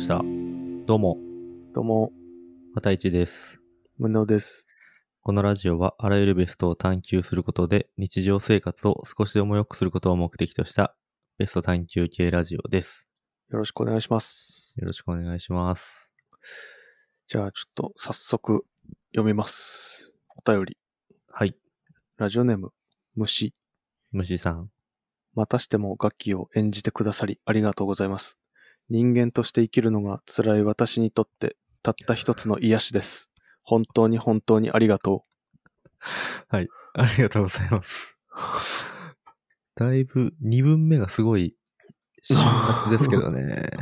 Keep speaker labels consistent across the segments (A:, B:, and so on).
A: した。どうも、
B: どうも、
A: 片市です。
B: むねおです。
A: このラジオはあらゆるベストを探求することで日常生活を少しでも良くすることを目的としたベスト探求系ラジオです。
B: よろしくお願いします。
A: よろしくお願いします。
B: じゃあ、ちょっと早速読みます。お便り。
A: はい、
B: ラジオネーム、虫。
A: 虫さん。
B: またしても楽器を演じてくださりありがとうございます。人間として生きるのが辛い私にとって、たった一つの癒しです。本当に本当にありがと
A: ありがとうございます。だいぶ2分目がすごい辛辣ですけどね。
B: う。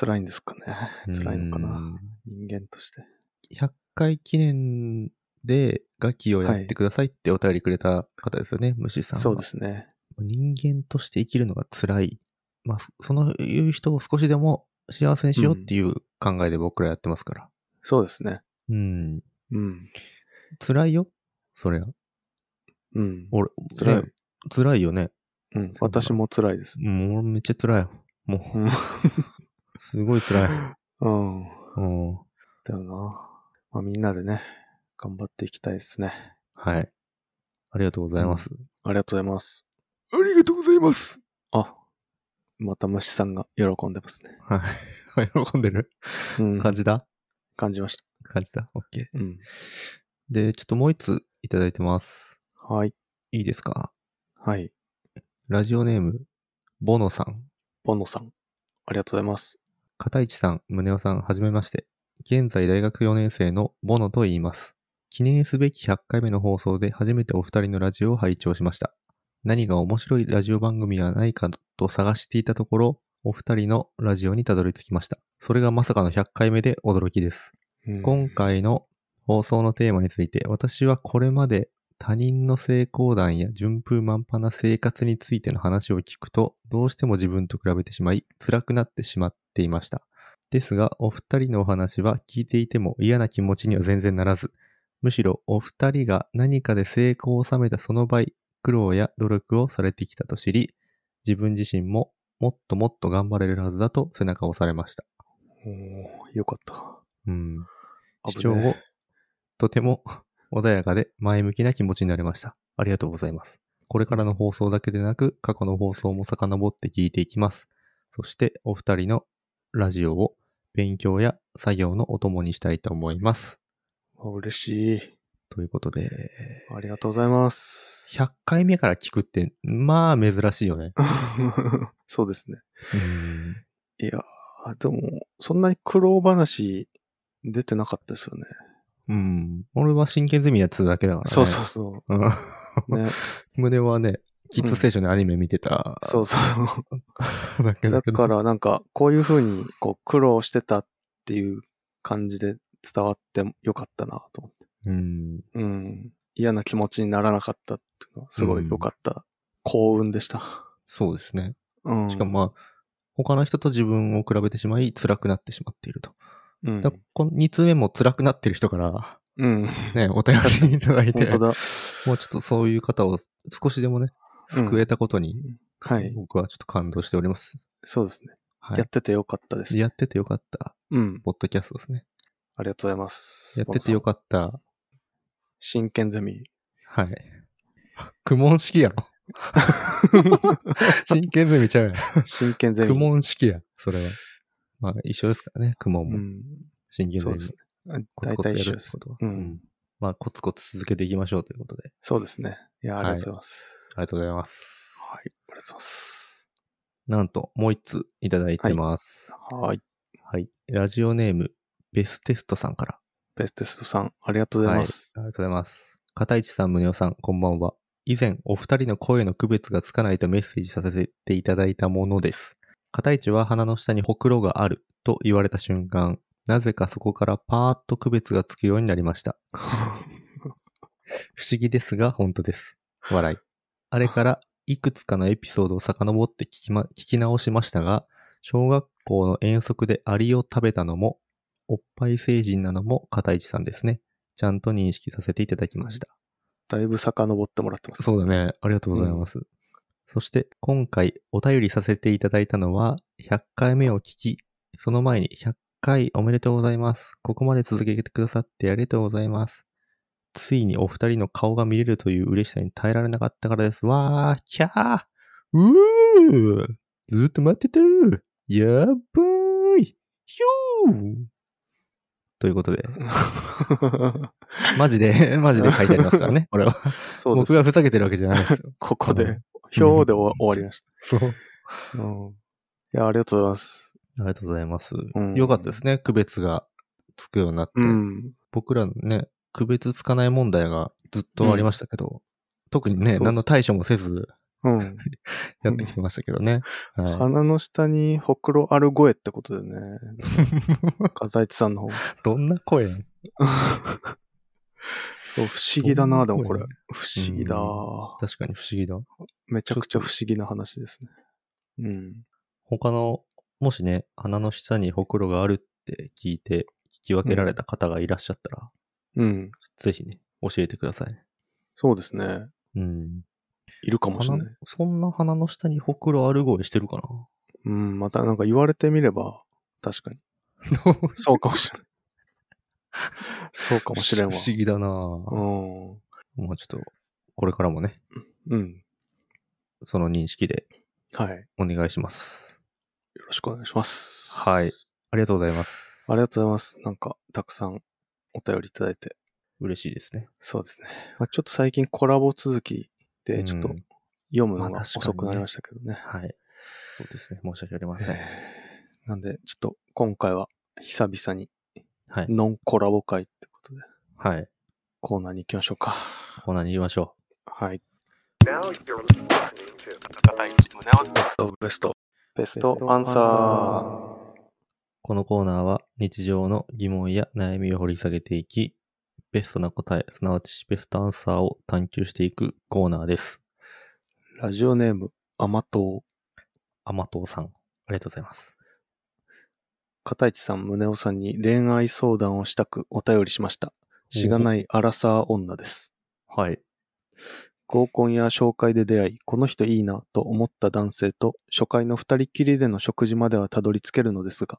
B: 辛いんですかね。 辛いのかな。人間として。
A: 100回記念で楽器をやってくださいってお便りくれた方ですよね、虫さんは。
B: そうですね。
A: 人間として生きるのが辛い。まあ、そそのいう人を少しでも幸せにしようっていう考えで僕らやってますから。
B: そうですね。
A: うん。
B: うん。
A: 辛いよ。そりゃ。
B: うん。
A: 俺、
B: 辛い。
A: ね辛いよね。
B: うん。私も辛いです。
A: もう俺めっちゃ辛いよ。も
B: うん。
A: う、すごい辛 い。
B: うん。
A: うん。
B: だよな。まあ、みんなでね、頑張っていきたいですね。
A: はい。ありがとうございます。
B: ありがとうございます。
A: ありがとうございます。
B: あ、また虫さんが喜んでますね。
A: はい。喜んでる
B: うん、
A: 感じだ
B: 感じました。
A: 感じだ ?OK。
B: うん。
A: で、ちょっともう一ついただいてます。
B: はい。
A: いいですか
B: はい。
A: ラジオネーム、ボノさん。
B: ボノさん、ありがとうございます。
A: 片市さん、宗男さん、はじめまして。現在大学4年生のボノと言います。記念すべき100回目の放送で初めてお二人のラジオを拝聴しました。何が面白いラジオ番組はないかと探していたところ、お二人のラジオにたどり着きました。それがまさかの100回目で驚きです。
B: うん
A: 今回の放送のテーマについて、私はこれまで他人の成功談や順風満帆な生活についての話を聞くと、どうしても自分と比べてしまい、辛くなってしまっていました。ですが、お二人のお話は聞いていても嫌な気持ちには全然ならず、むしろお二人が何かで成功を収めたその場合、苦労や努力をされてきたと知り、自分自身ももっともっと頑張れるはずだと背中を押されました。
B: おーよかった。
A: うん。主
B: 危
A: 張
B: ね
A: 後、とても穏やかで前向きな気持ちになれました。ありがとうございます。これからの放送だけでなく、過去の放送も遡って聞いていきます。そして、お二人のラジオを勉強や作業のお供にしたいと思います。
B: え嬉しい。
A: ということで、
B: ありがとうございます。
A: 100回目から聞くって、まあ珍しいよね。
B: そうですね。
A: うん。
B: いやー、でも、そんなに苦労話出てなかったですよね。
A: うん。俺は真剣ゼミやつだけだからね。
B: そうそうそ
A: うん。
B: う。ね、
A: 胸はね、キッズステーションでアニメ見てた。
B: そうそ
A: う。
B: う。
A: だけ
B: だ
A: だけど
B: からなんか、こういう風に、こう、苦労してたっていう感じで伝わってよかったなと思って。
A: うん。
B: うん。嫌な気持ちにならなかったっていうのは、すごい良かった、幸運でした。
A: そうですね。
B: うん。
A: しかも、まあ、他の人と自分を比べてしまい、辛くなってしまっていると。
B: うん
A: だ。この2通目も辛くなってる人から、
B: うん。
A: ね、お便りいただいて、 も
B: 本当だ。
A: うちょっとそういう方を少しでもね、
B: うん
A: 救えたことに、
B: はい。
A: 僕はちょっと感動しております。
B: そうですね。
A: は
B: や
A: い
B: っ。ててよかったです。
A: やっててよかった、
B: うん。
A: ポッドキャストですね。
B: ありがとうございます。
A: やっててよ
B: ボンさ
A: か
B: ん
A: った、
B: 真剣ゼ ミ。
A: はい。苦問式 やろ。真剣ゼミちゃうやん。
B: 真剣ゼ
A: 苦
B: ミ。
A: 問式や、それは。まあ、一緒ですからね、苦問
B: う
A: も。
B: ん。
A: 真剣ゼ
B: そう
A: ミ
B: で
A: も
B: すね。
A: コツ
B: 大
A: コツ
B: 体
A: や
B: 一緒
A: るっ
B: で
A: て
B: す
A: こ。とは。
B: うん
A: まあ、コツコツ続けていきましょうということで、
B: そうですね。いや、ありがとうございます。
A: ありがとうございます。
B: はい。ありがとうございます。
A: なんと、もう一ついただいてます。
B: はい。
A: はい。ラジオネーム、ベステストさんから。
B: ベステストさん、ありがとうございます。
A: ありがとうございます。片市さん、宗男さん、こんばんは。以前、お二人の声の区別がつかないとメッセージさせていただいたものです。片市は鼻の下にほくろがあると言われた瞬間、なぜかそこからパーッと区別がつくようになりました。不思議ですが、本当です。笑い。あれから、いくつかのエピソードを遡って聞き,、ま、聞き直しましたが、小学校の遠足でアリを食べたのも、おっぱい成人なのも片市さんですね。ちゃんと認識させていただきました。
B: だいぶ遡ってもらってます。
A: そうだね。ありがとうございます。そして、今回お便りさせていただいたのは、100回目を聞き、その前に100回おめでとうございます。ここまで続けてくださってありがとうございます。ついにお二人の顔が見れるという嬉しさに耐えられなかったからです。わー、キャーうーずーっと待ってたやっばーいひょーということで、マジで、マジで書いてありますから ね、これは。
B: そうで
A: 僕
B: す
A: がふざけてるわけじゃないですよ。
B: ここで、表で終わ終わりまし
A: そう。
B: た。うん。いや、ありがとうございます。
A: ありがとうございます。
B: うん
A: よかったですね、区別がつくようになって。
B: うん。
A: 僕らのね、区別つかない問題がずっとありましたけど、特に
B: そう
A: ね、
B: そう
A: 何の対処もせず
B: うん。
A: やってきてましたけどね。はい、
B: 鼻の下にほくろある声ってこと でね。かざいちさんの方。
A: どんな声
B: そう不思議だな、でもこれ
A: どん。
B: 不思議だ。
A: 確かに不思議だ。
B: めちゃくちゃ不思議な話ですね。うん。
A: 他の、もしね、鼻の下にほくろがあるって聞いて、聞き分けられた方がいらっしゃったら、
B: うん。
A: ぜひね、教えてください。
B: そうですね。
A: うん。
B: いるかもしれない。
A: 鼻そんな鼻の下にほくろある声してるかな
B: うん。またなんか言われてみれば、確かに。そうかもしれない。 そうかもしれんわ
A: 不。思議だなぁ
B: うん。
A: もうちょっと、これからもね、
B: うん。
A: その認識で
B: はい。よ
A: お願いします。
B: ろしくお願いします。い。
A: はい。ありがとうございます。
B: ありがとうございます。なんか、たくさんお便りいただいて。
A: 嬉しいですね。
B: そうですね。まあ、ちょっと最近コラボ続きで、ちょっと
A: うん
B: 読むの
A: ま
B: が
A: あ確かにね
B: 遅くなりましたけどね。
A: はい。そうですね。申し訳ありません。
B: えーなんで、ちょっと今回は久々に
A: はい。
B: ノンコラボ会ってことで、
A: はい。
B: コーナーに行きましょうか。
A: コーナーに行きましょ
B: はい。ベスト、ベストアンサー。
A: う。このコーナーは日常の疑問や悩みを掘り下げていき、ベストな答え、すなわちベストアンサーを探求していくコーナーです。
B: ラジオネーム、アマト
A: 甘党さん、ありがとうございます。
B: 片市さん、宗男さんに恋愛相談をしたくお便りしました。しがないアラサー女です。
A: はい。
B: 合コンや紹介で出会い、この人いいなと思った男性と初回の二人きりでの食事まではたどり着けるのですが、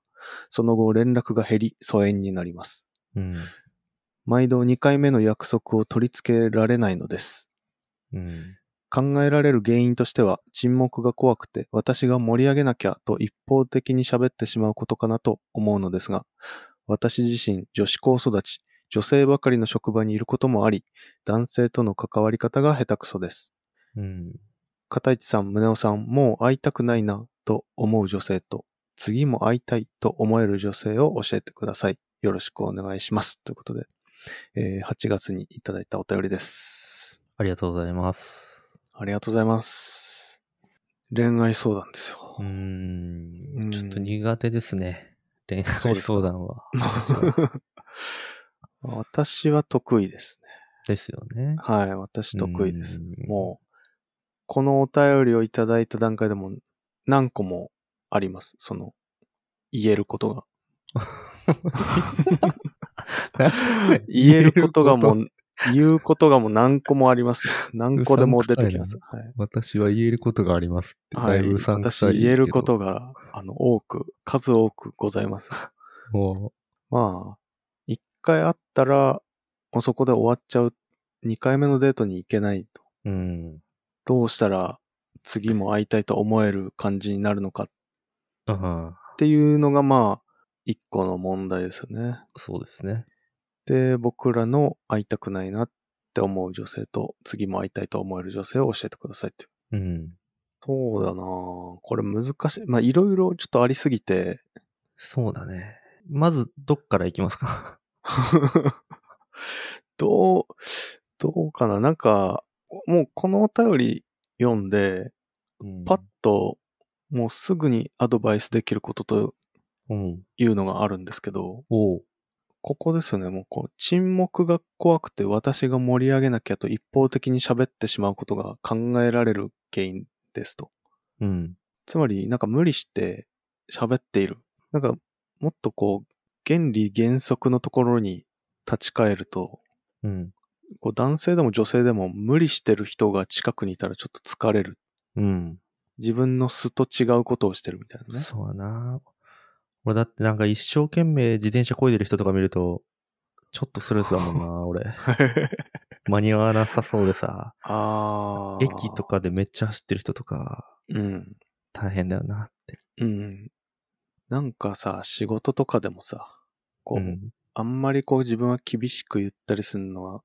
B: その後連絡が減り疎遠になります。
A: うん。
B: 毎度2回目の約束を取り付けられないのです。
A: うん。
B: 考えられる原因としては、沈黙が怖くて私が盛り上げなきゃと一方的に喋ってしまうことかなと思うのですが、私自身女子高育ち、女性ばかりの職場にいることもあり、男性との関わり方が下手くそです。
A: うん。
B: 片市さん、宗男さん、もう会いたくないなと思う女性と、次も会いたいと思える女性を教えてください。よろしくお願いします。ということで、えー8月にいただいたお便りです。
A: ありがとうございます。
B: ありがとうございます。恋愛相談ですよ
A: う。ー。
B: うんん
A: ちょっと苦手ですね。恋
B: そう
A: 愛
B: ですか
A: 相談は。
B: 私は得意ですね。
A: ですよね。
B: はい、私得意です。
A: うん
B: もう、このお便りをいただいた段階でも何個もあります。その、言えること が。言えることがもう、言うことがもう何個もあります。何個でも出てきます。はい。
A: 私は言えることがありますって。だ
B: はいい。
A: ぶ参加
B: 私言えることが、あの、多く、数多くございます。
A: も
B: まあ、一回会ったら、もうそこで終わっちゃう。二回目のデートに行けないと。
A: う、うん。
B: どうしたら、次も会いたいと思える感じになるのかっ
A: うん。
B: ていうのが、まあ、一個の問題ですよね。
A: そうですね。
B: で、僕らの会いたくないなって思う女性と、次も会いたいと思える女性を教えてくださいっていう。
A: うん。
B: そうだなぁこれ難しい。まあ、いろいろちょっとありすぎて。
A: そうだね。まず、どっから行きますか
B: どう、どうかななんか、もうこのお便り読んで、
A: うん
B: パッと、もうすぐにアドバイスできることと
A: うん。
B: いうのがあるんですけど、
A: おう。
B: ここですよね。もうこう、沈黙が怖くて私が盛り上げなきゃと一方的に喋ってしまうことが考えられる原因ですと。
A: うん。
B: つまり、なんか無理して喋っている。なんか、もっとこう、原理原則のところに立ち返ると、
A: うん。
B: こう男性でも女性でも無理してる人が近くにいたらちょっと疲れる。
A: うん。
B: 自分の素と違うことをしてるみたいなね。
A: そうだな。俺だってなんか一生懸命自転車漕いでる人とか見ると、ちょっとストレスだもん な、俺。間に合わなさそうでさ。
B: あー
A: 駅と。かでめっちゃ走ってる人とか、
B: うん。
A: 大変だよなって。
B: うん。なんかさ、仕事とかでもさ、こう、
A: うん。
B: あんまりこう自分は厳しく言ったりするのは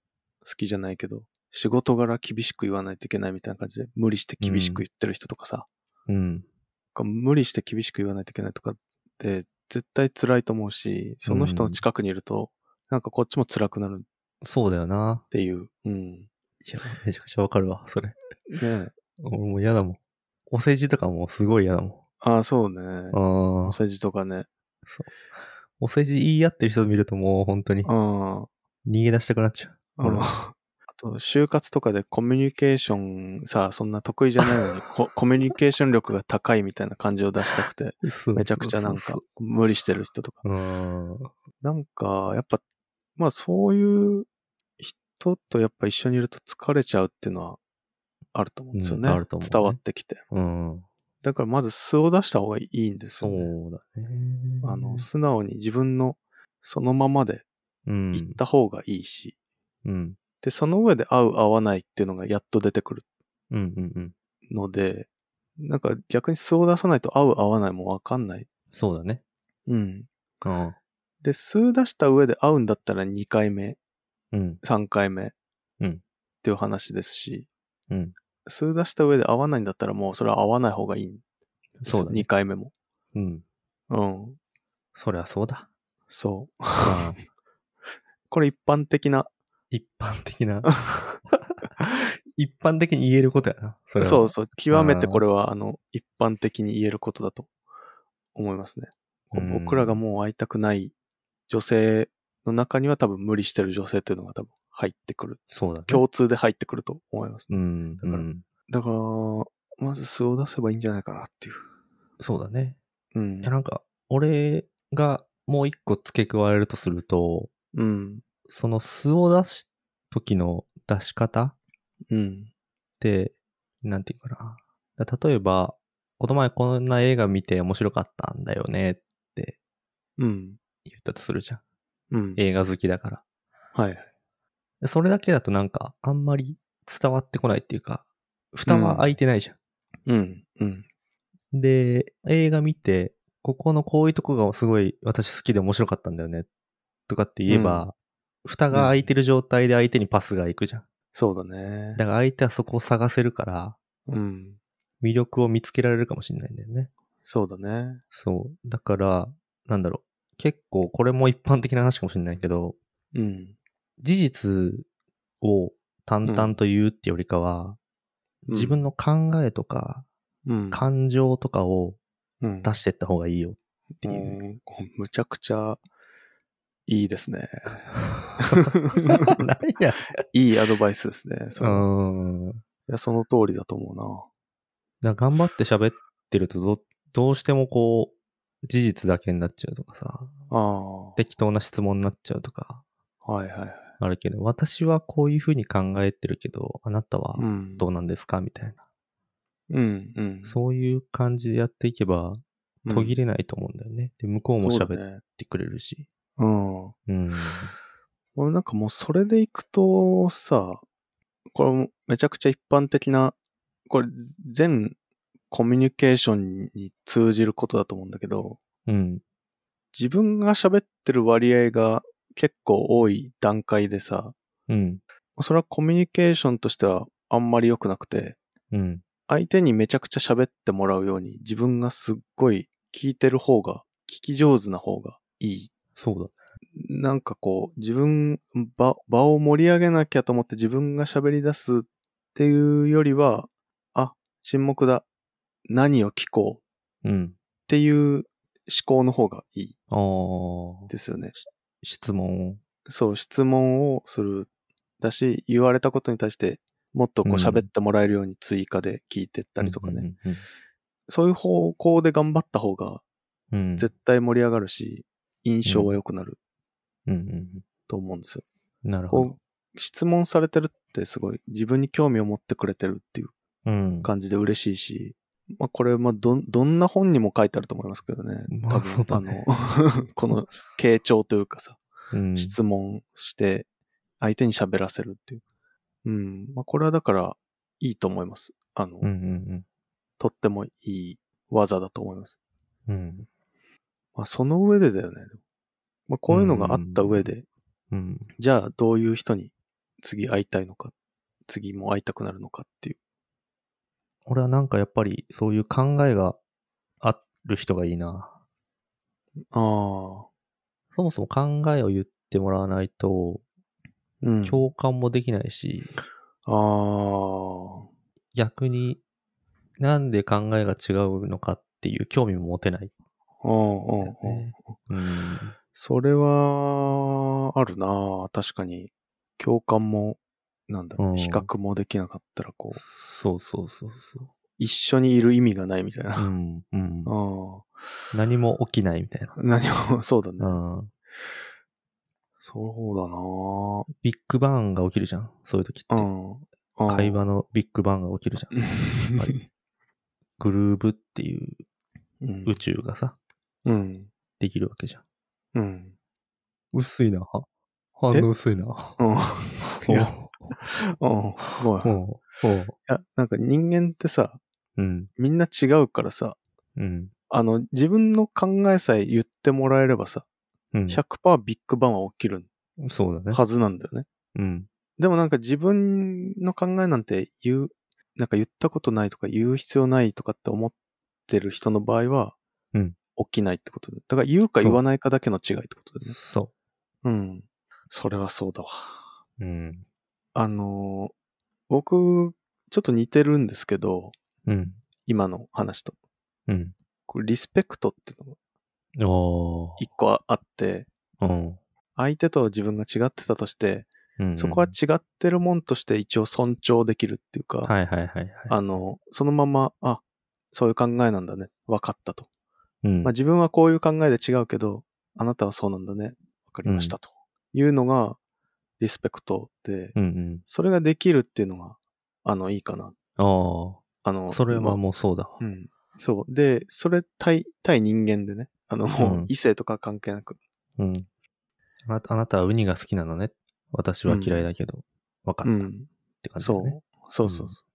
B: 好きじゃないけど、仕事柄厳しく言わないといけないみたいな感じで、無理して厳しく言ってる人とかさ、
A: うん。
B: こう無理して厳しく言わないといけないとかって、絶対辛いと思うし、その人の近くにいると、なんかこっちも辛くなるっ
A: そうだよな。
B: ていう。うん。
A: いや、めちゃくちゃわかるわ、それ。
B: ねえ
A: 俺もう嫌だもん。お世辞とかもうすごい嫌だも
B: ああ、そうね。
A: ん。あ
B: お
A: あ。
B: 世辞とかね。
A: お世辞言い合ってる人見るともう本当に
B: あ
A: 逃げ出したくなっちゃう。
B: あ。あ
A: 俺
B: のあと、就活とかでコミュニケーションさ、そんな得意じゃないのに、 こコミュニケーション力が高いみたいな感じを出したくて、
A: そう
B: めちゃくちゃなん
A: そ
B: か
A: う
B: 無理してる人とか。
A: そううん。
B: なんか、やっぱ、まあそういう人とやっぱ一緒にいると疲れちゃうっていうのはあると思うんですよね。
A: うんあると思うね
B: 伝わってきて。
A: うん。
B: だからまず素を出した方がいいんです
A: そ
B: よ、ね。
A: うだね。
B: あの、素直に自分のそのままで
A: うん。
B: 行った方がいいし、
A: うん。
B: で、その上で合う合わないっていうのがやっと出てくる
A: うんうんうん。
B: ので、なんか逆に素を出さないと合う合わないもわかんない。
A: そうだね。
B: うん。
A: うん。
B: で、素出した上で合うんだったら2回目、
A: うん。
B: 3回目っ
A: うん
B: ていう話ですし、
A: うん。
B: 数出した上で合わないんだったらもうそれは合わない方がいいんですよ
A: そうだね
B: 2回目も。
A: うん。
B: うん。
A: そりゃそう だ。
B: そう。
A: うん
B: これ一般的な。
A: 一般的な。 一般的に言えることやな。それは
B: そうそう。極めてこれは、あの、一般的に言えることだと思いますね。こ
A: う
B: うん僕らがもう会いたくない女性の中には多分無理してる女性っていうのが多分入ってくる。
A: そうだね。
B: 共通で入ってくると思います。
A: うん。
B: だか
A: う
B: ら
A: ん
B: だから、まず素を出せばいいんじゃないかなっていう。
A: そうだね。
B: うん
A: いや、。なんか、俺がもう一個付け加えるとすると、
B: うん。
A: その素を出す時の出し方っ
B: うん。
A: て、なんていうかな。だから例えば、この前こんな映画見て面白かったんだよねって
B: うん。
A: 言ったとするじゃん。
B: うん。
A: 映画好きだから。
B: はい。
A: でそれだけだとなんか、あんまり伝わってこないっていうか、蓋は開いてないじゃん。
B: うん。うん。
A: で、映画見て、ここのこういうとこがすごい私好きで面白かったんだよね。とかって言えば、蓋が開いてる状態で相手にパスが行くじゃん。
B: そうだね。
A: だから相手はそこを探せるから、
B: うん。
A: 魅力を見つけられるかもしれないんだよね。
B: そうだね。
A: そう。だから、なんだろう。結構、これも一般的な話かもしれないけど、
B: うん。
A: 事実を淡々と言うってよりかは、自分の考えとか、
B: うん、
A: 感情とかを
B: うん、
A: 出してった方がいいよっていう。
B: うんこうむちゃくちゃいいですね。
A: 何や。
B: いいアドバイスですね。 それい
A: うん。
B: やその通りだと思
A: だから頑張って喋ってるとど、どうしてもこう、事実だけになっちゃうとかさ、
B: うな。あ
A: 適当な質問になっちゃうとか、
B: あ。はいはいはい。
A: あるけど、私はこういうふうに考えてるけど、あなたは
B: うん。
A: どうなんですかみたいな。
B: うんうん。
A: そういう感じでやっていけば、
B: うん
A: 途切れないと思うんだよね。で、向こうも
B: そうだ
A: 喋っ
B: ね。
A: てくれるし。
B: うん。
A: うん。
B: 俺なんかもうそれでいくとさ、これもめちゃくちゃ一般的な、これ全コミュニケーションに通じることだと思うんだけど、
A: うん。
B: 自分が喋ってる割合が結構多い段階でさ、
A: うん。
B: それはコミュニケーションとしてはあんまり良くなくて、
A: うん。
B: 相手にめちゃくちゃ喋ってもらうように自分がすっごい聞いてる方が、聞き上手な方がいい。
A: そう
B: なんかこう、自分、場、場を盛り上げなきゃと思って自分が喋り出すっていうよりは、あ、沈黙だ。何を聞こうっ
A: だ。うん。
B: ていう思考の方がいい
A: ああ。
B: ですよね。
A: 質問を。
B: そう、質問をする。だし、言われたことに対して、もっとこう
A: うん
B: 喋ってもらえるように追加で聞いてったりとかね。
A: うん。うん
B: そういう方向で頑張った方が、
A: うん。うん
B: 絶対盛り上がるし、印象は良くなる
A: うんうん
B: と思うんですよ。
A: うん。なるほど
B: こ。う、質問されてるってすごい、自分に興味を持ってくれてるっていう
A: うん。
B: 感じで嬉しいし、まあ、これ、まあ、どん、どんな本にも書いてあると思いますけどね。
A: まあ
B: 多分
A: そうだね
B: あの、 この傾聴というかさ、
A: うん。
B: 質問して、相手に喋らせるっていう。うん。まあ、これはだから、いいと思います。あの、
A: うんうん
B: とってもいい技だと思います。
A: うん。うん。
B: まあ、その上でだよね。まあ、こういうのがあった上で、
A: うん。
B: じゃあどういう人に次会いたいのか、次も会いたくなるのかっていう。
A: 俺はなんかやっぱりそういう考えがある人がいいな。
B: ああ。
A: そもそも考えを言ってもらわないと、
B: うん。
A: 共感もできないし、
B: ああ。
A: 逆になんで考えが違うのかっていう興味も持てない、
B: うんうんうん。
A: ね。うん。
B: それは、あるな確かに。共感も、なんだろう、
A: うん
B: 比較もできなかったら、こう、
A: そうそうそうそ。
B: 一緒にいる意味がないみたいう
A: う
B: な。
A: ん。うん。
B: あ
A: 何も起きないみたい
B: あ。何も、そうだね。
A: な。うん。
B: そうだな
A: ビッグバンが起きるじゃん。そういう時って。
B: うん。あー
A: 会。 話のビッグバンが起きるじゃん。ぱりグルーブっていう
B: うん
A: 宇宙がさ、
B: うん。
A: できるわけじゃん。
B: うん。
A: 薄いな。反
B: え
A: 応薄いな。
B: うん。いや、うん。ごめん
A: おうおう
B: いや、なんか人間ってさ、
A: うん。
B: みんな違うからさ、
A: うん。
B: あの、自分の考えさえ言ってもらえればさ、
A: うん。
B: 100%ビッグバンは起きる
A: そうだね。
B: はずなんだよね。
A: うん。
B: でもなんか自分の考えなんて言う、なんか言ったことないとか言う必要ないとかって思ってる人の場合は、
A: うん
B: 起きないってことだよ。だから言うか言わないかだけの違いってことだよね。
A: そ
B: うん。それはそうだわ。
A: う。うん。
B: あのー僕、ちょっと似てるんですけど、
A: うん。
B: 今の話と。
A: うん。
B: これリスペクトっていうのが
A: おー
B: 一個ああって、
A: うん。
B: 相手と自分が違ってたとして、
A: うん
B: そこは違ってるもんとして一応尊重できるっていうか、
A: はいはいはいはい。
B: あの、そのまま、あ、そういう考えなんだね。分かったと。
A: うん
B: まあ、自分はこういう考えで違うけど、あなたはそうなんだね。分かりましたと。いうのが、リスペクトで、
A: うんうん。
B: それができるっていうのが、あの、いいかな。
A: あ
B: あの、
A: あ。それは
B: ま
A: もうそうだわ
B: あ、うん。そう。で、それ対、対人間でね。あの、もう
A: うん
B: 異性とか関係なく。
A: うん。あなたあなたはウニが好きなのね。私は嫌いだけど、分か
B: う
A: ったっ
B: ん。
A: て感じだ
B: そ
A: よ
B: う
A: ね。。
B: そうそうそう。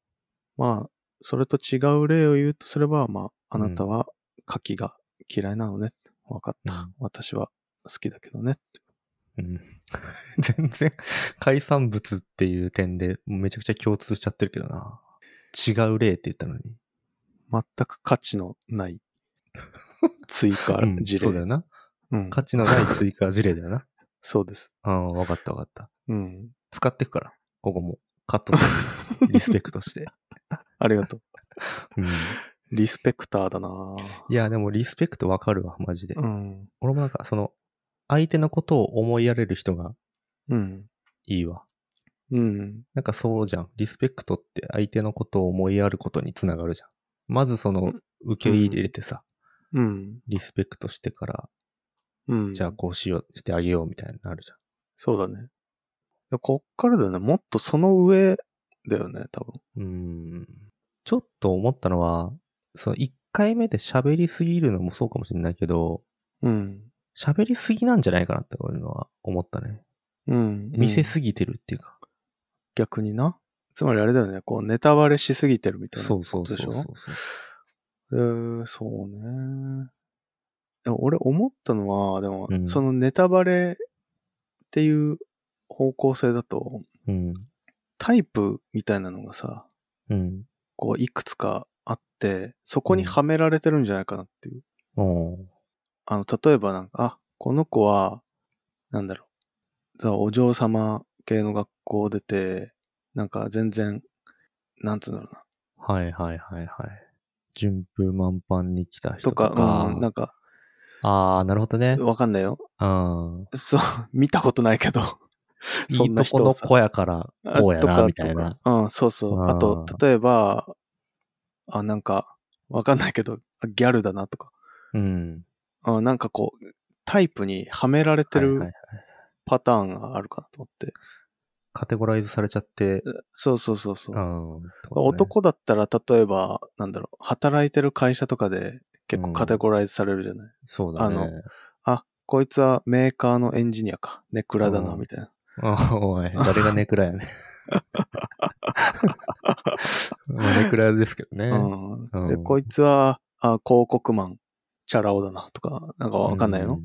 B: まあ、それと違う例を言うとすれば、まあ、あなたは牡蠣が嫌いなのね。分かった。
A: うん
B: 私は好きだけどね。
A: うん。 全然、海産物っていう点でめちゃくちゃ共通しちゃってるけどな。違う例って言ったのに。
B: 全く価値のない 追加
A: うん
B: 事例。
A: そうだよな。
B: うん
A: 価値のない追加事例だよな。
B: そうです。
A: うん、わかったわかった。
B: うん。
A: 使ってくから、ここも。カットす るリスペクトして。
B: ありがとう。
A: うん。
B: リスペクター だない
A: や、でもリスペクトわかるわ、マジで。
B: うん。
A: 俺もなんか、その、相手のことを思いやれる人が
B: うん。
A: いいわ。
B: うん。
A: なんかそうじゃん。リスペクトって相手のことを思いやることにつながるじゃん。まずその、受け入れてさ、
B: うん。
A: リスペクトしてから、
B: うん。
A: じゃあこうしよう、してあげようみたいになるじゃん。
B: そうだね。こっからだよね。もっとその上だよね、多分。
A: うーんちょっと思ったのは、その1回目で喋りすぎるのもそうかもしれないけど、
B: うん。
A: 喋りすぎなんじゃないかなって俺のは思ったね。
B: うん。
A: 見せすぎてるっていうか。
B: 逆にな。つまりあれだよね、こう、ネタバレしすぎてるみたいな
A: そうそ
B: こ
A: う
B: と
A: そう
B: でし
A: そう
B: ょ
A: そう。
B: えーそうね。でも俺思ったのは、でも、
A: うん
B: そのネタバレっていう方向性だと、
A: うん。
B: タイプみたいなのがさ、
A: うん。
B: こう、いくつかあって、そこにはめられてるんじゃないかなっていう。
A: おー
B: あの、例えばなんか、あ、この子は、なんだろう、そうお嬢様系の学校を出て、なんか全然、なんつうんだろうな、
A: はいはいはいはい。順風満帆に来た人
B: と
A: とか。
B: か、うん、なんか、
A: ああ、なるほどね。
B: わかんないよ。
A: うん。
B: そう、 見たことないけど。そんない
A: いとこ
B: 人
A: の
B: をさ
A: 子やから、こうや
B: あ
A: な、みたい。
B: と
A: な。
B: かうん、そうそう。
A: あー
B: あと、例えば、あ、なんか、わかんないけど、あギャルだなとか。
A: うん。
B: うん、なんかこう、タイプにはめられて
A: はいはい
B: る
A: はい
B: パターンがあるかなと思って。
A: カテゴライズされちゃって、
B: そうそうそうそう。
A: うんってことね
B: 男だったら、例えば、なんだろう、働いてる会社とかで結構カテゴライズされるじゃない、
A: そうだね。
B: あこいつはメーカーのエンジニアか。ネクラだな、
A: うん
B: みたいな。
A: あ おい、誰がネクラ やねん。まあネクラですけどね。
B: うん
A: うん
B: で、こいつは、あ広告マン、チャラ男だな、とか、なんかわかんないよ、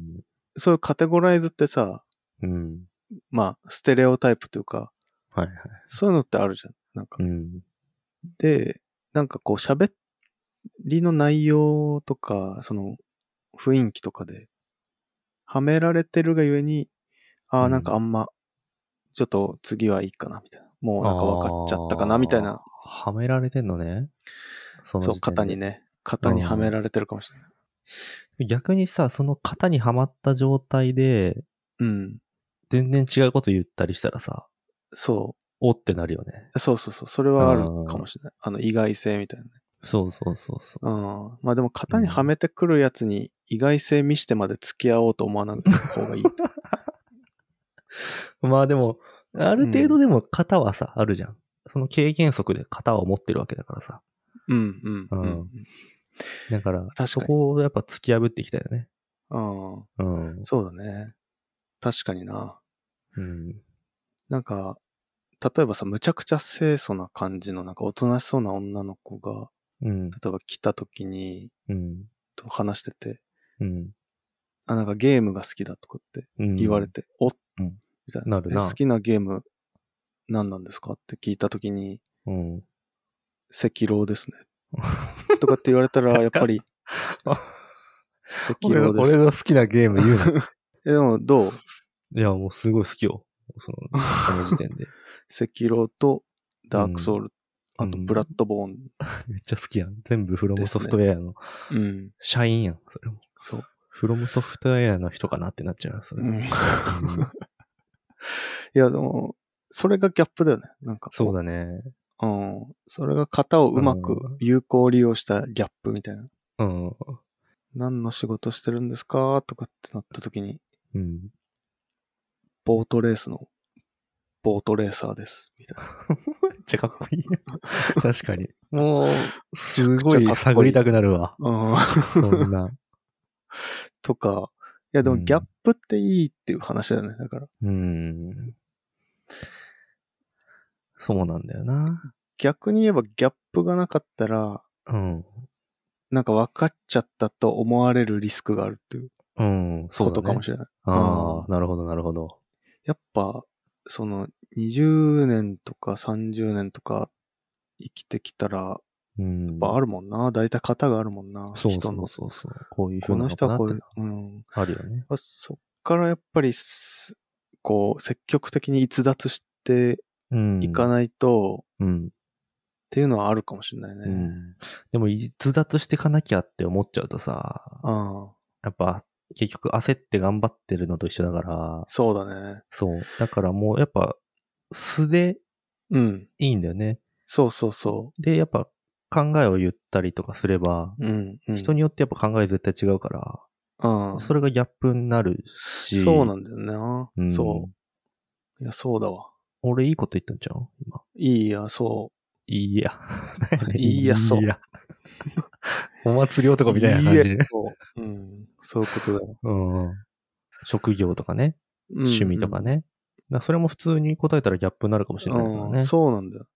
B: そういうカテゴライズってさ、
A: うん。うん。
B: まあ、ステレオタイプというか、
A: はいはい。
B: そういうのってあるじゃん。なんか
A: う。ん。
B: で、なんかこう、喋りの内容とか、その、雰囲気とかで、はめられてるがゆえに、あ
A: う
B: あ、
A: ん
B: なんかあんま、ちょっと次はいいかな、みたいな。もうなんか分かっちゃったかな、みたいな。
A: あー。はめられてんのね。その
B: そう、
A: 時点で
B: 肩に。ね、肩にはめられてるかもしれない。
A: 逆にさ、その型にはまった状態で、
B: うん。
A: 全然違うこと言ったりしたらさ、
B: そ
A: おってなるよね。
B: う。そうそうそう。それはあるかもしれない。あの、意外性みたいなね。
A: そうそうそうそう
B: うん。まあでも、型にはめてくるやつに意外性見してまで付き合おうと思わない方 がいいと。。
A: まあでも、ある程度でも型はさ、あるじゃん。その経験則で型を持ってるわけだからさ。
B: うん、うん、う
A: うん
B: ん。
A: だから、
B: かに
A: そこをやっぱ突き破っていきたいよね。
B: うん。
A: うん。
B: そうだね。確かにな。
A: うん。
B: なんか、例えばさ、むちゃくちゃ清楚な感じの、なんかおとなしそうな女の子が、
A: うん。
B: 例えば来た時に、
A: うん。
B: と話してて、
A: うん。
B: あ、なんかゲームが好きだとかって
A: うん
B: 言われて、おっ、
A: うん
B: みたい
A: な
B: な。
A: る
B: え
A: な
B: 好きなゲーム何なんですかって聞いた時に、
A: うん。
B: 赤狼です ね。とかって言われたら、やっぱり、
A: あ
B: 赤
A: 俺の
B: 狼です。
A: 好きなゲーム言うな。
B: えでも、どう
A: いや、もうすごい好きよ。その、この時点 で。
B: 赤狼とダークソウル、
A: うん
B: あとブラッドボーン。
A: めっちゃ好きやん。全部フロムソフトウェアの
B: うん。
A: 社員やん。それも。
B: そう。
A: フロムソフトウェアの人かなってなっちゃうよそれ。
B: う
A: うん
B: んいや、でも、それがギャップだよね。なんか。
A: そうだね。
B: だ。うん。それが型をうまく
A: うん
B: 有効利用したギャップみたいな。
A: うん。
B: 何の仕事してるんですかとかってなった時に、
A: うん。
B: ボートレースの、ボートレーサーです。みたいな。
A: めっちゃかっこいいやん。確かに。もう、すごい探りたくなるわ。
B: うん。
A: そんな。
B: とか、いや、でも
A: うん
B: ギャップっていいっていう話だよね。だから、
A: うん。そうなんだよな。
B: 逆に言えばギャップがなかったら、
A: うん。
B: なんか分かっちゃったと思われるリスクがあるっていう
A: うん。そうだ、ね。
B: ことかもしれない。
A: ああ、なるほど、なるほど。
B: やっぱ、その、20年とか30年とか生きてきたら、や
A: うん。
B: っぱあるもんな。大体型があるもんな。
A: そうそ
B: 人
A: う
B: の。
A: そうそう。こういう風
B: こ
A: な
B: の
A: の
B: 人
A: かな
B: は
A: っ
B: こ
A: て
B: うい
A: の
B: う
A: は。
B: うん。
A: あるよね。
B: まあそっからやっぱりす、こう、積極的に逸脱して
A: うん。
B: いかないと、っ
A: うん。
B: ていうのはあるかもしれないね。
A: うん。でも、逸脱していかなきゃって思っちゃうとさ、
B: ああ、
A: やっぱ、結局焦って頑張ってるのと一緒だから、
B: そうだね。
A: そう。だからもう、やっぱ、素で
B: うん。
A: いいんだよね。
B: そうそうそ
A: で、やっぱ、考えを言ったりとかすれば、
B: う。うん、うん。
A: 人によってやっぱ考え絶対違うから、
B: うん。
A: それがギャップになるし。
B: そうなんだよな。
A: うん
B: そう。いや、そうだわ。
A: 俺いいこと言ったんちゃう今。
B: いいや、そう。
A: いい や。
B: いいやそう
A: いいや。お祭り男みたいな感
B: や
A: じで。
B: そううん、そういうことだよ。
A: うん。職業とかね、趣味とかね。
B: ね。
A: だからそれも普通に答えたらギャップになるかもしれないから
B: う
A: ね。
B: ん、そうなんだよ。だか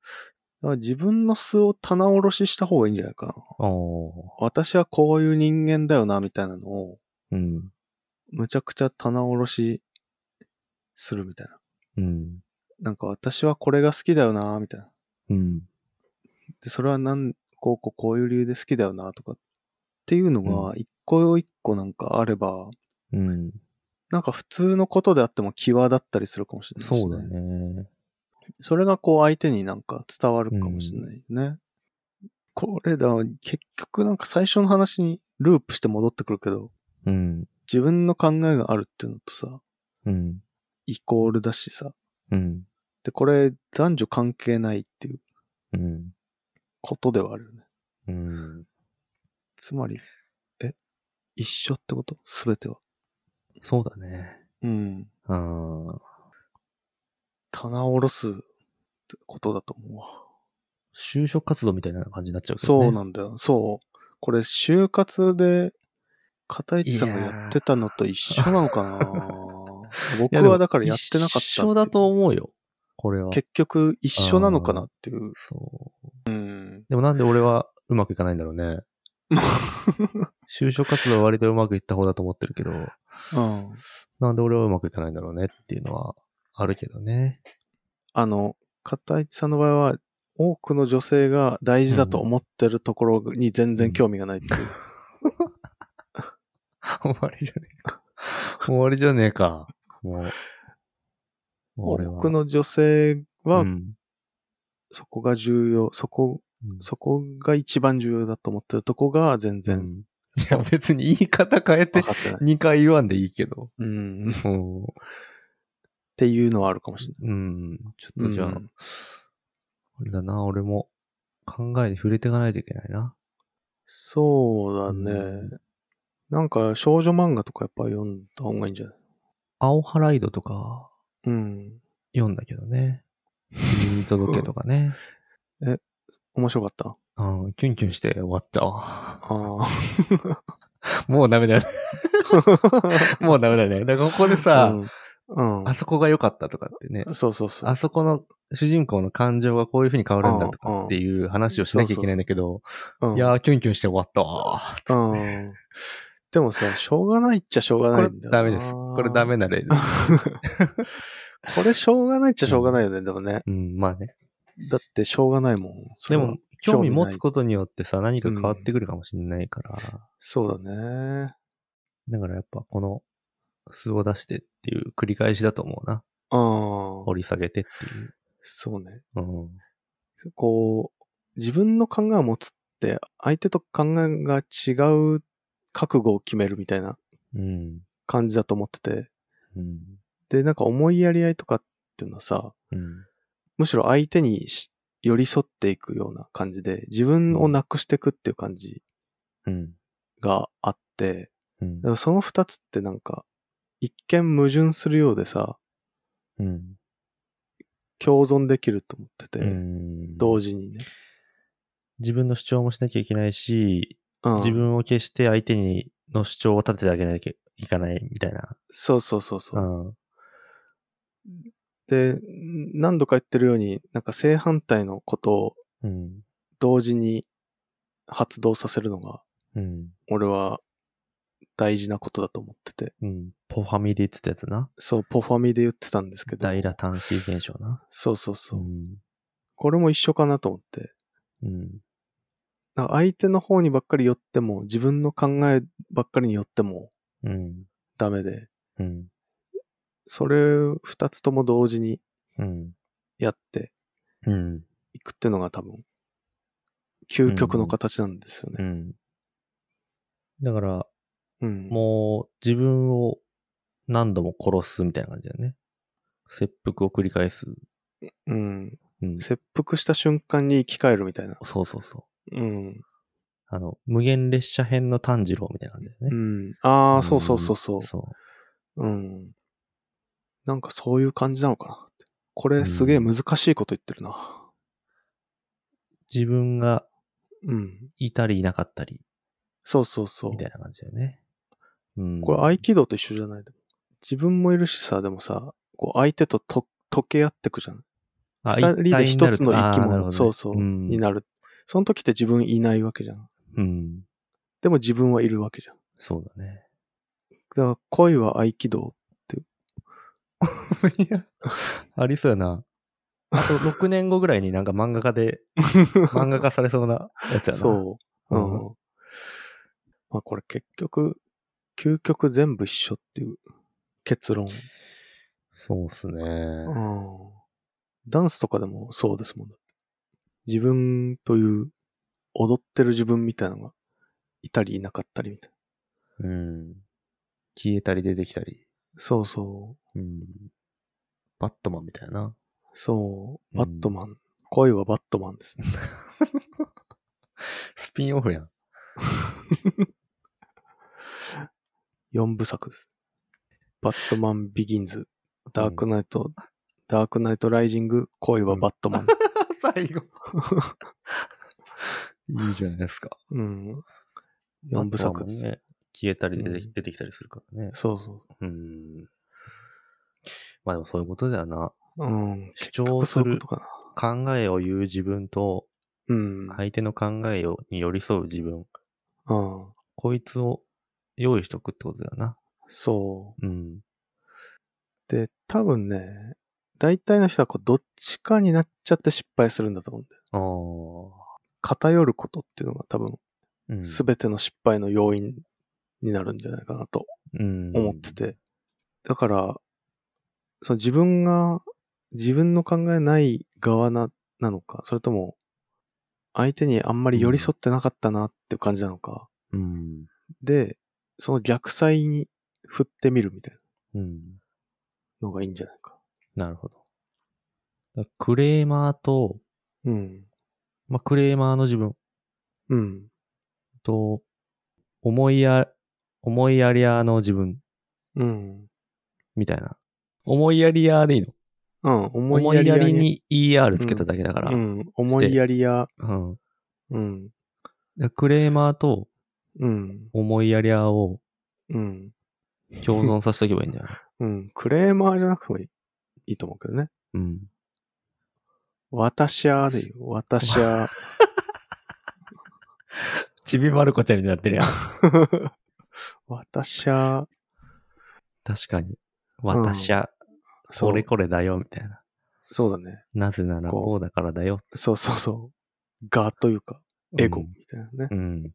B: ら自分の素を棚卸しした方がいいんじゃないかな。
A: お
B: 私はこういう人間だよな、みたいなのを、
A: ーうん。
B: むちゃくちゃ棚卸しするみたいな。
A: うん。
B: なんか私はこれが好きだよな、みたいな。
A: うん。
B: で、それはなん、こうこうこういう理由で好きだよな、とかっていうのが、一個一個なんかあれば、
A: うん。
B: なんか普通のことであっても際立ったりするかもしれないし
A: そうだね。
B: それがこう相手になんか伝わるかもしれないね。これだ、結局なんか最初の話にループして戻ってくるけど、
A: うん。
B: 自分の考えがあるっていうのとさ、
A: うん。
B: イコールだしさ。
A: うん。
B: で、これ男女関係ないっていう
A: うん。
B: ことではあるよね。
A: うん。
B: つまり、え、一緒ってことすべては。
A: そうだね。
B: うん。
A: うん。
B: 棚を下ろすってことだと思うわ。
A: 就職活動みたいな感じになっちゃうけどね。
B: そうなんだよ。そう。これ、就活で、片市さんがやってたのと一緒なのか な
A: いや
B: 僕
A: でも
B: はだからやってなかったって
A: 一緒だと思うよ。これは。
B: 結局一緒なのかなっていう。
A: そう。
B: うん。
A: でもなんで俺はうまくいかないんだろう ね。就職活動は割とうまくいった方だと思ってるけど、
B: うん
A: なんで俺はうまくいかないんだろうねっていうのはあるけどね。
B: あの、片市さんの場合は、多くの女性が大事だと思ってるところに全然興味がないっていう。
A: 終わりじゃねえか。終わりじゃねえか。もう。俺は。
B: 多くの女性は
A: う、ん
B: そこが重要、そこ、
A: うん
B: そこが一番重要だと思ってるとこが全
A: う
B: 然
A: んいや別に言い方変えて
B: 分かってない。
A: 2回言わんでいいけど。
B: うん。っ
A: うん。
B: ていうのはあるかもしれない。
A: うん。ちょっとじゃあ、
B: うん
A: あれだな、俺も考えて触れていかないといけないな。
B: そうだね。
A: うん
B: なんか少女漫画とかやっぱ読んだ方がいいんじゃない
A: 青ハライドとか
B: うん。
A: 読んだけどね。君に届けとか ね。
B: 面白かった。
A: うん、キュンキュンして終わ った。
B: ああ。
A: もうダメ だよね。もうダメだよね。だからここでさ、
B: うん、う
A: あそこが良かったとかってね。
B: ん。そうそうそう
A: あ。そこの主人公の感情がこういう風に変わるんだとかっていう話をしなきゃいけないんだけど、
B: うん、
A: いやー、キュンキュンして終わったわー。
B: うん。でもさ、しょうがないっちゃしょうが
A: こ
B: な
A: れ
B: いんだよな
A: ダメです。これダ。メな例です。
B: これしょうがないっちゃしょうがないよね、でもね。
A: うん、まあね。
B: だってしょうがないもん。そ
A: で
B: れは
A: も、興味持つことによってさ、何か変わってくるかもしれないから、
B: そうだね。
A: だからやっぱこの、素を出してっていう繰り返しだと思うな。
B: うん。
A: 掘り下げてっていう。
B: そうね。
A: うん。
B: こう、自分の考えを持つって、相手と考えが違う覚悟を決めるみたいな
A: うん。
B: 感じだと思ってて。
A: うん。
B: で、なんか思いやり合いとかっていうのはさ、
A: うん。
B: むしろ相手にし寄り添っていくような感じで、自分をなくしていくっていう感じ
A: うん。
B: があって、
A: うん
B: で。もその二つってなんか、一見矛盾するようでさ、
A: うん。
B: 共存できると思ってて、
A: うん
B: 同時にね。
A: 自分の主張もしなきゃいけないし、
B: うん、
A: 自分を決して相手にの主張を立ててあげなきゃいかないみたいな。
B: そうそうそうそうう。
A: ん。
B: で、ん何度か言ってるように、なんか正反対のことを
A: うん。
B: 同時に発動させるのが、
A: うん。
B: 俺は大事なことだと思ってて。
A: うん。ポファミで言ってたやつな。
B: そう、ポファミで言ってたんですけど。
A: 大羅端子現象な。
B: そうそうそう。
A: ん。
B: これも一緒かなと思って。
A: うん。
B: なんか相手の方にばっかり寄っても、自分の考えばっかりに寄っても
A: うん。
B: ダメで、
A: うん。
B: それ二つとも同時に
A: うん。
B: やって
A: うん。
B: いくってのが多分、究極の形なんですよ
A: う
B: ね。
A: ん。だから、
B: うん。
A: もう自分を何度も殺すみたいな感じだよね。切腹を繰り返す。
B: うん。
A: うん。
B: 切腹した瞬間に生き返るみたいな。
A: そうそうそう。
B: うん。
A: あの、無限列車編の炭治郎みたいな感じだよ
B: う
A: ね。
B: ん。ああ、そうそうそうそ
A: そう。
B: う。うん。なんかそういう感じなのかなって。これすげえ難しいこと言ってるな。
A: 自分が
B: うん。
A: いたりいなかったり、
B: そうそうそう
A: み。たいな感じだよね。うん。
B: これ合気道と一緒じゃないでも自分もいるしさ、でもさ、こう相手とと溶け合ってくじゃん。
A: あ
B: 二人で一つの生き
A: あーなる
B: 物、
A: ほどね
B: そうそう、
A: うん
B: になる。その時って自分いないわけじゃん。
A: うん。
B: でも自分はいるわけじゃん。
A: そうだね。
B: だから恋は合気道。
A: いや、 ありそうやな。あと6年後ぐらいになんか漫画家 で、漫画化されそうなやつやな。
B: そう。うん。
A: う
B: まあこれ結局、究極全部一緒っていう結論。
A: そうっすね。
B: うん。ダンスとかでもそうですもん。自分という踊ってる自分みたいなのがいたりいなかったりみたいな。
A: うん。消えたり出てきたり。
B: そうそう。
A: うん。バットマンみたいな。
B: そう。
A: うん
B: バットマン。恋はバットマンですね。
A: スピンオフやん。
B: 4部作です。バットマンビギンズ、ダークナイト、ダークナイトライジング、恋はバットマン。
A: 最後。 いいじゃないですか。
B: うん。四部作
A: バットマンも
B: です
A: ね。消えたり出て
B: うん
A: 出てきたりするからね。
B: そうそ
A: うん。まあでもそういうことだよな。
B: う。うん。
A: 主張す
B: そういう
A: る
B: ことかな。
A: 考えを言う自分と、
B: うん。い。
A: 相手の考えをに寄り添う自分。
B: うん。
A: こいつを用意しとくってことだよな。
B: そ
A: うん。
B: う。で、多分ね、大体の人はこうどっちかになっちゃって失敗するんだと思うんだよ。
A: ああ。
B: 偏ることっていうのが多分、
A: うん
B: すべての失敗の要因になるんじゃないかなと
A: うん
B: 思ってて。だから、その自分が、自分の考えない側な、なのか、それとも、相手にあんまり寄り添ってなかったなっていう感じなのか。
A: うん。
B: で、その逆サイに振ってみるみたい
A: うん。
B: なのがいいんじゃないか。
A: なるほど。だからクレーマーと、
B: うん。
A: まあ、クレーマーの自分
B: うん。
A: と、思いや、思いやり屋の自分
B: うん。
A: みたいな。思いやり屋でいいの
B: うん、思
A: 思
B: いや
A: い
B: り
A: や
B: や
A: りに ER つけただけだから。
B: う
A: うん。
B: ん、思いやりや、
A: だか
B: うん、
A: らクレーマーと
B: うん、
A: 思いやり屋を
B: うん、
A: 共存させとけばいいんじゃない
B: うん、クレーマーじゃなくてもいいいいと思うけどね。
A: うん。
B: 私やでいいよ。私 や。
A: ちびまる子ちゃんになってるやん。
B: 私や。
A: 確かに。私は、
B: そ
A: これ
B: う、
A: これだよ、みたいな。
B: そうだね。
A: なぜなら
B: こう
A: こうだからだよ。
B: そうそうそう。がというか、エゴ
A: う
B: み
A: ん
B: たいなね。
A: うん。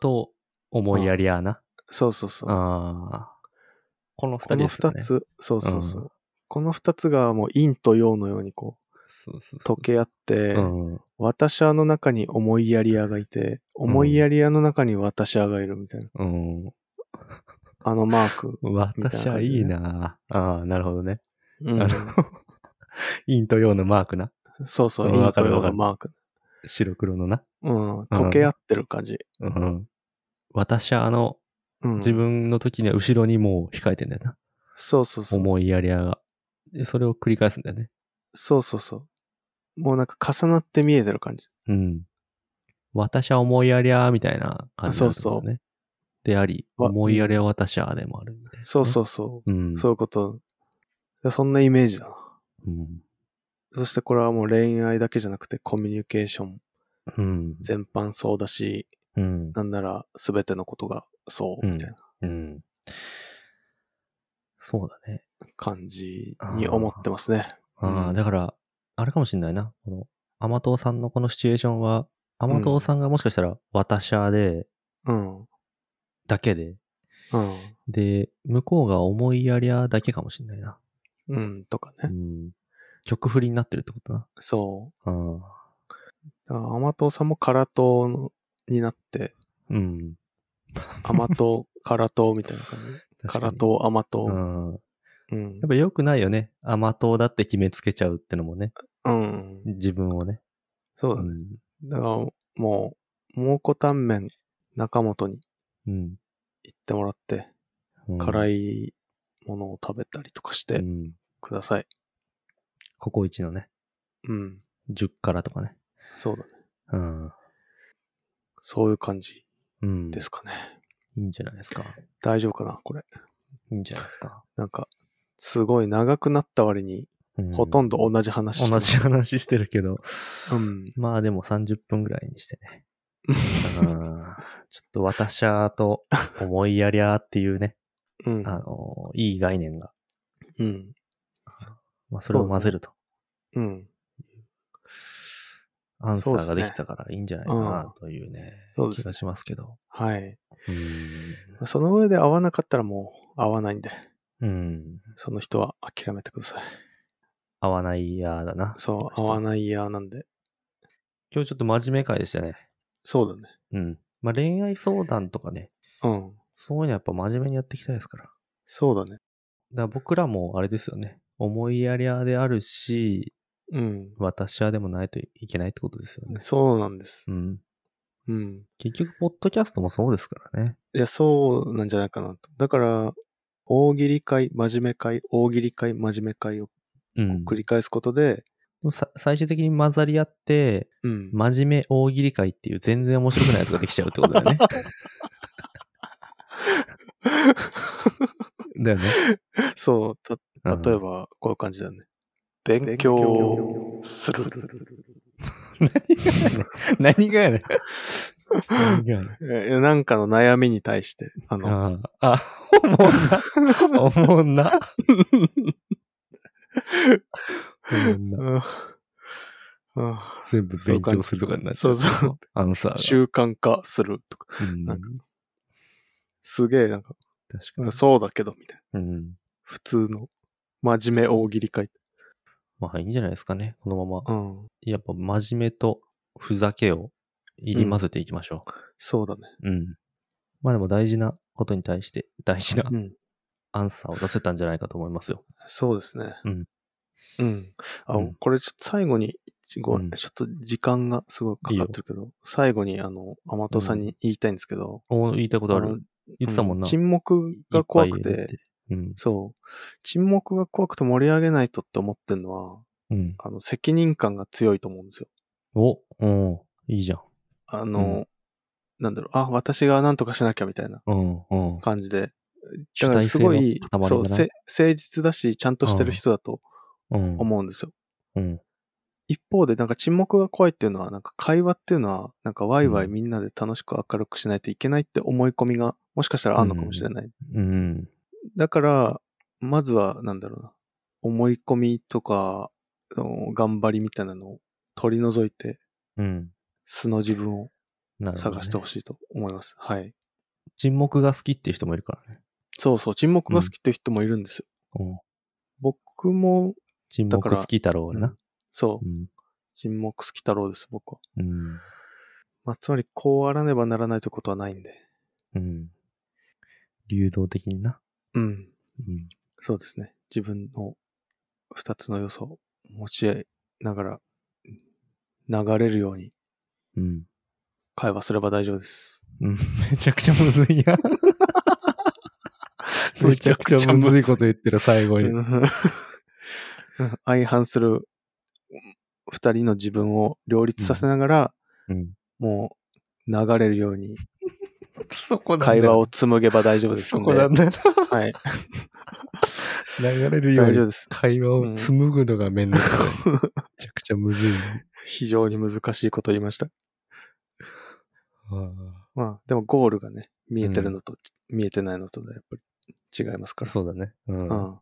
A: と、思いやりやな。
B: そうそうそう。
A: ああ。この
B: こ
A: 二人で
B: の
A: すよ
B: 二
A: ね。
B: つ、そうそうそう。
A: う
B: この二つがもう陰と陽のようにこ
A: そうそう
B: う
A: そう
B: 溶け合って、
A: うん。
B: 私はの中に思いやり屋がいて、思いやり屋の中に私はがいるみたいな。
A: うん。
B: あのマーク。
A: 私はいいな。ああ、なるほどね。
B: うん
A: あの、陰と陽のマークな。
B: そうそう、
A: うん
B: イン
A: わか
B: ト
A: る
B: ヨ
A: わか
B: の
A: る
B: マーク。
A: 白黒のな。
B: うん、溶け合ってる感じ。
A: うん。私はあの、
B: うん。
A: 自分の時には後ろにもう控えてんだよな。
B: そうそうそう。
A: 思いやりやが。でそれを繰り返すんだよね。
B: そうそうそう。もうなんか重なって見えてる感じ。
A: うん。私は思いやりゃーみたいな感じなんだ
B: そう
A: よね。であり、
B: わ
A: 思いやりゃ私はでもあるみたいなね、
B: そうそうそう。
A: う。うん。
B: そういうこと。そんなイメージだな。
A: うん。
B: そしてこれはもう恋愛だけじゃなくてコミュニケーション
A: うん。
B: 全般そうだし、
A: うん。
B: なんなら全てのことがそうみたいな
A: うん。そうだね。
B: 感じに思ってますね。
A: あ
B: う
A: あ、
B: ん
A: だから、あれかもしんないな。この、甘党さんのこのシチュエーションは、甘党さんがもしかしたら私はで、
B: うん。うん。
A: だけで、で、向こうが思いやりゃだけかもしんないな。
B: うん。とか
A: う
B: ね。
A: ん。曲振りになってるってことな。
B: そう。
A: ああ。
B: だから甘党さんも空党のになって、
A: うん。
B: 甘党、空党みたいな感じ。
A: 確か
B: 空
A: に
B: 党、甘
A: う
B: 党。
A: ん。
B: うん
A: やっ。ぱ良くないよね。甘党だって決めつけちゃうってのもね。
B: うん。
A: 自分をね。
B: そう
A: う
B: だね。
A: ん。
B: だから、もう、蒙古タンメン中本に
A: うん。
B: 行ってもらって、
A: うん
B: 辛いものを食べたりとかし
A: う
B: て
A: ん。
B: ください。
A: ココイチのね、
B: うん。
A: 10からとかね。
B: そうだね。
A: うん。
B: そういう感じ
A: うん。
B: ですかね。
A: いいんじゃないですか。
B: 大丈夫かなこれ。
A: いいんじゃないですか。
B: なんか、すごい長くなった割に、ほと
A: ど
B: んど同じ話して
A: 同
B: る
A: じ話してるけど。
B: うん。
A: まあでも30分ぐらいにして ね。うん。ちょっと私はと思いやりゃーっていうね、
B: うん。
A: あのーいい概念が、
B: うん。
A: まあそれを混ぜると、
B: うん。
A: アンサー
B: そ
A: が
B: う
A: で
B: で
A: す
B: ね
A: きたからいいんじゃないかなというね、
B: そうですね
A: 気がしますけど。
B: はい。
A: うん。
B: その上で合わなかったらもう合わないんで、
A: うん。
B: その人は諦めてください。
A: 合わないやーだな。
B: そう、合わないやーなんで。
A: 今日ちょっと真面目会でしたね。
B: そうだね。
A: うん。まあ恋愛相談とかね、
B: うん。
A: そういうのやっぱ真面目にやっていきたいですから。だか
B: そうだね。
A: ら僕らもあれですよね。思いやり屋であるし、
B: うん。
A: 私はでもないといけないってことですよね。
B: そうなんです
A: う。ん。
B: うん。
A: 結局、ポッドキャストもそうですからね。
B: いや、そうなんじゃないかなと。だから、大喜利会、真面目会、大喜利会、真面目会を
A: うん
B: 繰り返すことで、
A: でもさ最終的に混ざり合って、
B: うん
A: 真面目大喜利会っていう全然面白くないやつができちゃうってことだよ ね。だよね。
B: そう、た
A: うん
B: 例え。ば、こういう感じだね。勉強する。
A: 何がやねん。何がやねん。
B: えなんかの悩みに対して、あ の、
A: ああ、あ、おもんな。おもんな。おもんな。
B: うんうん
A: 全部勉強するとかになっちゃう。
B: そうそう。
A: アンサーが。
B: 習慣化するとか、
A: うん、
B: なん
A: 確
B: すげえなんか、
A: か
B: う
A: に
B: ん。そうだけど、みたいな。
A: うん。
B: 普通の、真面目大喜利会。
A: まあいいんじゃないですかね。このまま。
B: うん。
A: やっぱ真面目とふざけを入り混ぜていきましょ
B: そうだね。
A: う。うん。まあでも大事なことに対して大事な
B: うん。
A: アンサーを出せたんじゃないかと思いますよ。
B: そうですね。
A: うん。
B: うん。あ、
A: うん
B: これちょっと最後に、ごめん
A: うん
B: ちょっと時間がすごいかかってるけど、最後にあの、甘党さんに言いたいんですけど、
A: お言いたいことあ
B: あ
A: る
B: の。
A: 言ってたもんな。
B: うん沈黙が怖く
A: いっぱい入れ
B: て、
A: うん。
B: そう。沈黙が怖くて盛り上げないとって思ってるのは、
A: うん。
B: あの、責任感が強いと思うんですよ。
A: お、うん。いいじゃん。
B: あ
A: う
B: の、なんだろう、あ、私が何とかしなきゃみたいな
A: うん。うん。
B: 感じで。
A: 主
B: だから
A: 体性
B: す
A: の
B: ご
A: 塊
B: い
A: じゃ、ない
B: そう、せ誠実だし、ちゃんとしてる人だと
A: うん。
B: 思うんですよ。
A: うん。
B: 一方で、なんか沈黙が怖いっていうのは、なんか会話っていうのは、なんかワイワイみんなで楽しく明るくしないといけないって思い込みが、もしかしたらあるのかもしれない。
A: うん。
B: だから、まずは、なんだろうな、思い込みとか、あの頑張りみたいなのを取り除いて、
A: うん。
B: 素の自分を
A: なるほど、ね。
B: 探してほしいと思います。はい。
A: 沈黙が好きっていう人もいるからね。
B: そうそう、沈黙が好きっていう人もいるんですよ。
A: うん。
B: 僕も、
A: 沈
B: だか
A: 黙
B: ら
A: 好きだろうな。
B: そうう、
A: ん。
B: 沈黙好き太郎です、僕は。
A: うん。
B: まあ、つまり、こうあらねばならないということはないんで。
A: うん。流動的にな。
B: うん。
A: うん。
B: そうですね。自分の二つの要素を持ち合いながら流れるように
A: うん。
B: 会話すれば大丈夫です。
A: うん。めちゃくちゃむずい やん。めちゃくちゃむずいこと言ってる、最後
B: う
A: に。
B: ん 相反するうん二人の自分を両立させながら、
A: うん。
B: もう流れるように
A: そこなんだ
B: 会
A: よ
B: 話を紡げば大丈夫です
A: そ
B: ので。
A: こなんだよ
B: はい。
A: な。流れるよう
B: 大丈夫
A: に
B: です。
A: 会話を紡ぐのがめんどく さい。めちゃくちゃむずいね。
B: 非常に難しいこと言いました。
A: あ
B: まあ、でもゴールがね、見えてるのと、見えてないのとでやっぱり違います
A: あ
B: から。
A: そうだね。うん。
B: うん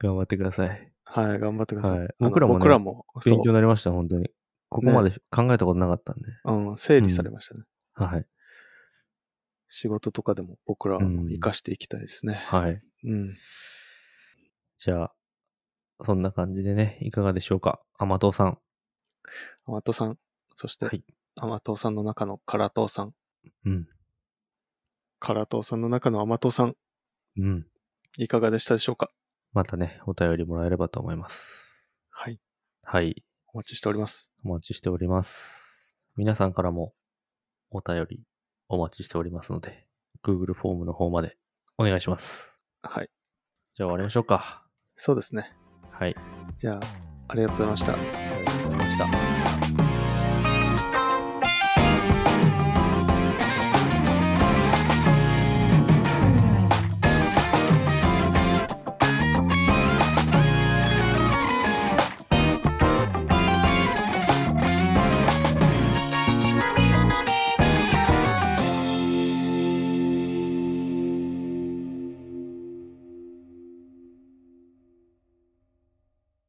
A: 頑張ってください。
B: はい、頑張ってください。
A: はい
B: あの
A: 僕らもね
B: 僕らも、そ
A: 勉強になりました、本当に。ここまで考えたことなかったんで。
B: う、うん、整理されましたね。
A: はい。
B: 仕事とかでも僕らは
A: うん
B: 活かしていきたいですね。
A: はい。
B: うん。
A: じゃあ、そんな感じでね、いかがでしょうか。甘党さん。
B: アマトさん、そして、
A: はい
B: アマトさんの中のカラトさん、
A: うん。
B: カラトさんの中のアマトさん、
A: うん。
B: いかがでしたでしょうか
A: またね、お便りもらえればと思います。
B: はい、
A: はい。
B: お待ちしております。
A: お待ちしております。皆さんからもお便りお待ちしておりますので、Google フォームの方までお願いします。
B: はい、
A: じゃあ終わりましょうか。
B: そうですね。
A: はい。
B: じゃあ、ありがとうございました。
A: ありがとうございました。